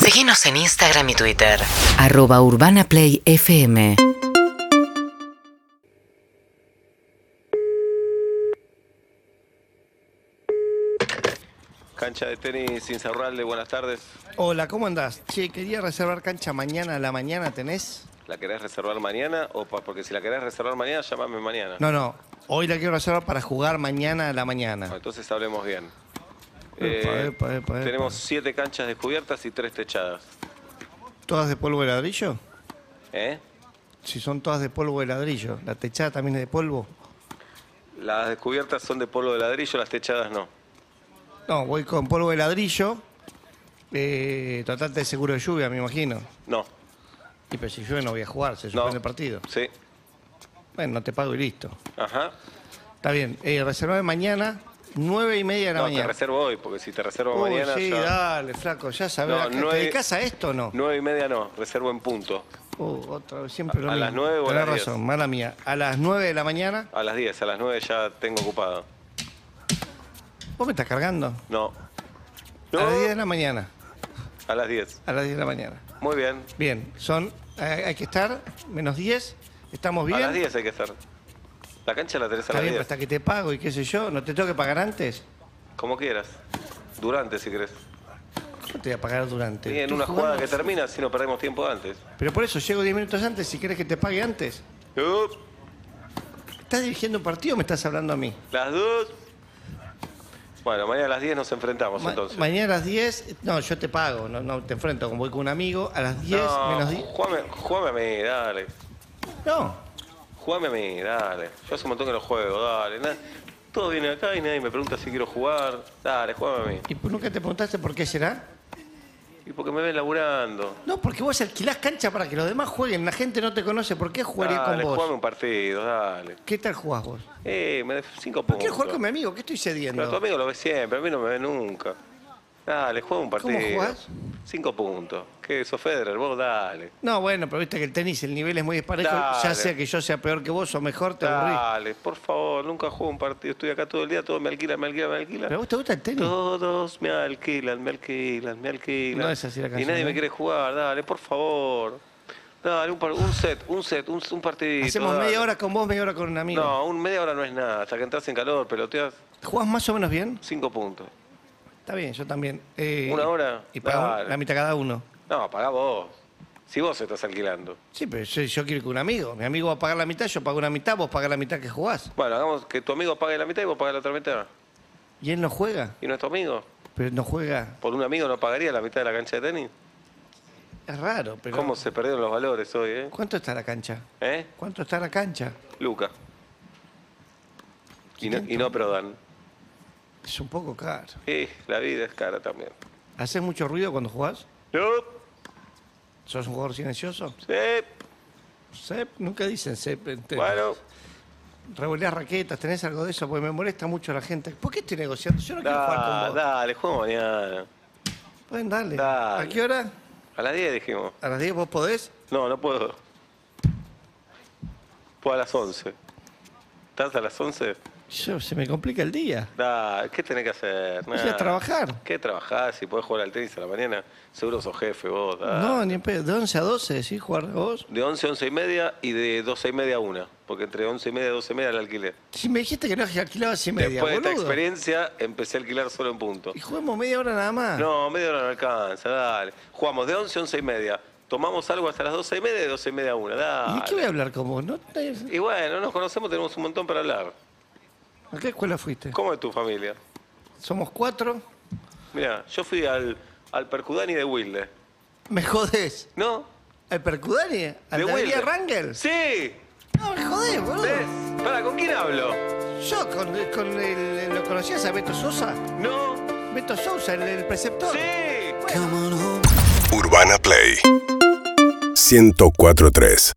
Seguinos en Instagram y Twitter. arroba urbanaplayfm Cancha de tenis Insaurralde, buenas tardes. Hola, ¿cómo andás? Che, quería reservar cancha mañana a la mañana, ¿tenés? ¿La querés reservar mañana? o pa- Porque si la querés reservar mañana, llámame mañana. No, no, hoy la quiero reservar para jugar mañana a la No, mañana. Ah, Entonces hablemos bien. Eh, Epa, epa, epa, epa. tenemos siete canchas descubiertas y tres techadas. ¿Todas de polvo de ladrillo? ¿Eh? Si son todas de polvo de ladrillo, ¿la techada también es de polvo? Las descubiertas son de polvo de ladrillo, las techadas no. No, voy con polvo de ladrillo, eh, total de seguro de lluvia, me imagino. No. Y pero si llueve no voy a jugar, se No. suspende el partido. Sí. Bueno, no te pago y listo. Ajá. Está bien, eh, reservame mañana, nueve y media de la No, te mañana. reservo hoy, porque si te reservo Uy, mañana. sí, ya... dale, flaco, ya sabés. No, acá- nueve- ¿Te dedicás a esto o no? Nueve y media no, reservo en punto. Uh, otra vez, siempre lo ¿A- a mismo. las nueve o a Tenés las diez? razón, mala mía. A las 9 de la mañana. A las 10, a las 9 ya tengo ocupado. ¿Vos me estás cargando? No. A las 10 de No. la mañana. A las 10. A las 10 de la mañana. Muy bien. Bien, son. eh, Hay que estar, menos 10. ¿Estamos bien? A las 10 hay que estar. La cancha la tenés a Está las bien, 10. pero hasta que te pago y qué sé yo. ¿No te tengo que pagar antes? Como quieras. Durante, si querés. ¿Cómo te voy a pagar durante? Y en Estoy una jugando- jugada que termina, si no perdemos tiempo antes. Pero por eso llego 10 minutos antes si quieres que te pague antes. Up, ¿Estás dirigiendo un partido o me estás hablando a mí? las dos. Bueno, mañana a las 10 nos enfrentamos Ma- entonces. mañana a las 10. No, yo te pago. No, no te enfrento. Como voy con un amigo. A las 10 no, menos 10. Jugame, jugame a mí, dale. No. Jugame a mí, dale. Yo hace un montón que no juego, dale. Na- Todos vienen acá y nadie me pregunta si quiero jugar. Dale, jugame a mí. ¿Y pues nunca te preguntaste por qué será? Y porque me ven laburando. No, porque vos alquilás cancha para que los demás jueguen. La gente no te conoce. ¿Por qué jugaría Dale, con vos? jugame un partido, dale. ¿Qué tal jugás vos? Eh, me dé cinco puntos. No quiero jugar con mi amigo. ¿Qué estoy cediendo? Pero a tu amigo lo ve siempre, a mí no me ve nunca. Dale, juega un partido. jugás? Cinco puntos. ¿Qué? Sos Federer, vos dale. No, bueno, pero viste que el tenis, el nivel es muy disparejo. Dale. Ya sea que yo sea peor que vos o mejor, te aburrís. Dale, por favor, nunca juego un partido. Estoy acá todo el día, todos me alquilan, me alquilan, me alquilan. ¿Pero a vos te gusta el tenis? Todos me alquilan, me alquilan, me alquilan. No es así la Y canción, ¿eh? nadie ¿no? me quiere jugar, dale, por favor. Dale, un, par- un set, un set, un, un partidito. Hacemos dale. media hora con vos, media hora con un amigo. No, un media hora no es nada. Hasta que entras en calor, peloteas ¿Jugás más o menos bien? cinco puntos. Está bien, yo también. Eh, ¿Una hora? Y para Dale. la mitad cada uno. No, pagá vos. Si vos estás alquilando. Sí, pero yo, yo quiero ir con un amigo. Mi amigo va a pagar la mitad, yo pago una mitad, vos pagás la mitad que jugás. Bueno, hagamos que tu amigo pague la mitad y vos pagas la otra mitad. Y él no juega. ¿Y nuestro amigo? Pero no juega. ¿Por un amigo no pagaría la mitad de la cancha de tenis? Es raro, pero. ¿Cómo se perdieron los valores hoy, eh? ¿Cuánto está la cancha? ¿Eh? ¿Cuánto está la cancha? Luca. Y no, y no Prodan. Es un poco caro. Eh, la vida es cara también. ¿Haces mucho ruido cuando jugás? No, ¿Sos un jugador silencioso? sí, Sep, nunca dicen Sep. ente- bueno. Revoleás raquetas, tenés algo de eso, porque me molesta mucho la gente. ¿Por qué estoy negociando? Yo no quiero jugar Da- con vos. dale, juego mañana. Pueden darle. Dale. ¿A qué hora? A las 10 dijimos. ¿A las 10 vos podés? No, no puedo. Puedo a las 11. ¿Estás a las 11? Yo, se me complica el día. Da, ¿Qué tenés que hacer? Voy a Nada. trabajar. ¿Qué trabajás? Si podés jugar al tenis a la mañana, seguro sos jefe vos. da. No, ni en pedo. De 11 a 12 decís jugar vos. De 11 a 11 y media y de 12 y media a 1. Porque entre 11 y media y 12 y media el alquiler. Si me dijiste que no alquilabas y media, Después de esta boludo. experiencia empecé a alquilar solo en punto. Y juguemos media hora nada más. No, media hora no alcanza, dale. Jugamos de 11 a 11 y media. Tomamos algo hasta las 12 y media y de 12 y media a 1. ¿Y de qué voy Dale. a hablar con vos? ¿No? tenés- Y bueno, nos conocemos, tenemos un montón para hablar. ¿A qué escuela fuiste? ¿Cómo es tu familia? Somos cuatro. Mira, yo fui al, al Percudani de Wilde. ¿Me jodés? ¿No? ¿Al Percudani? ¿De ¿Al Daría Wilde. Rangel? Sí. No, me jodés, boludo. ¿Ves? Para, ¿con quién hablo? Yo con, con el, lo conocías a Beto Sosa. ¿No? Beto Sosa, el, el preceptor. Sí. Urbana Play 1043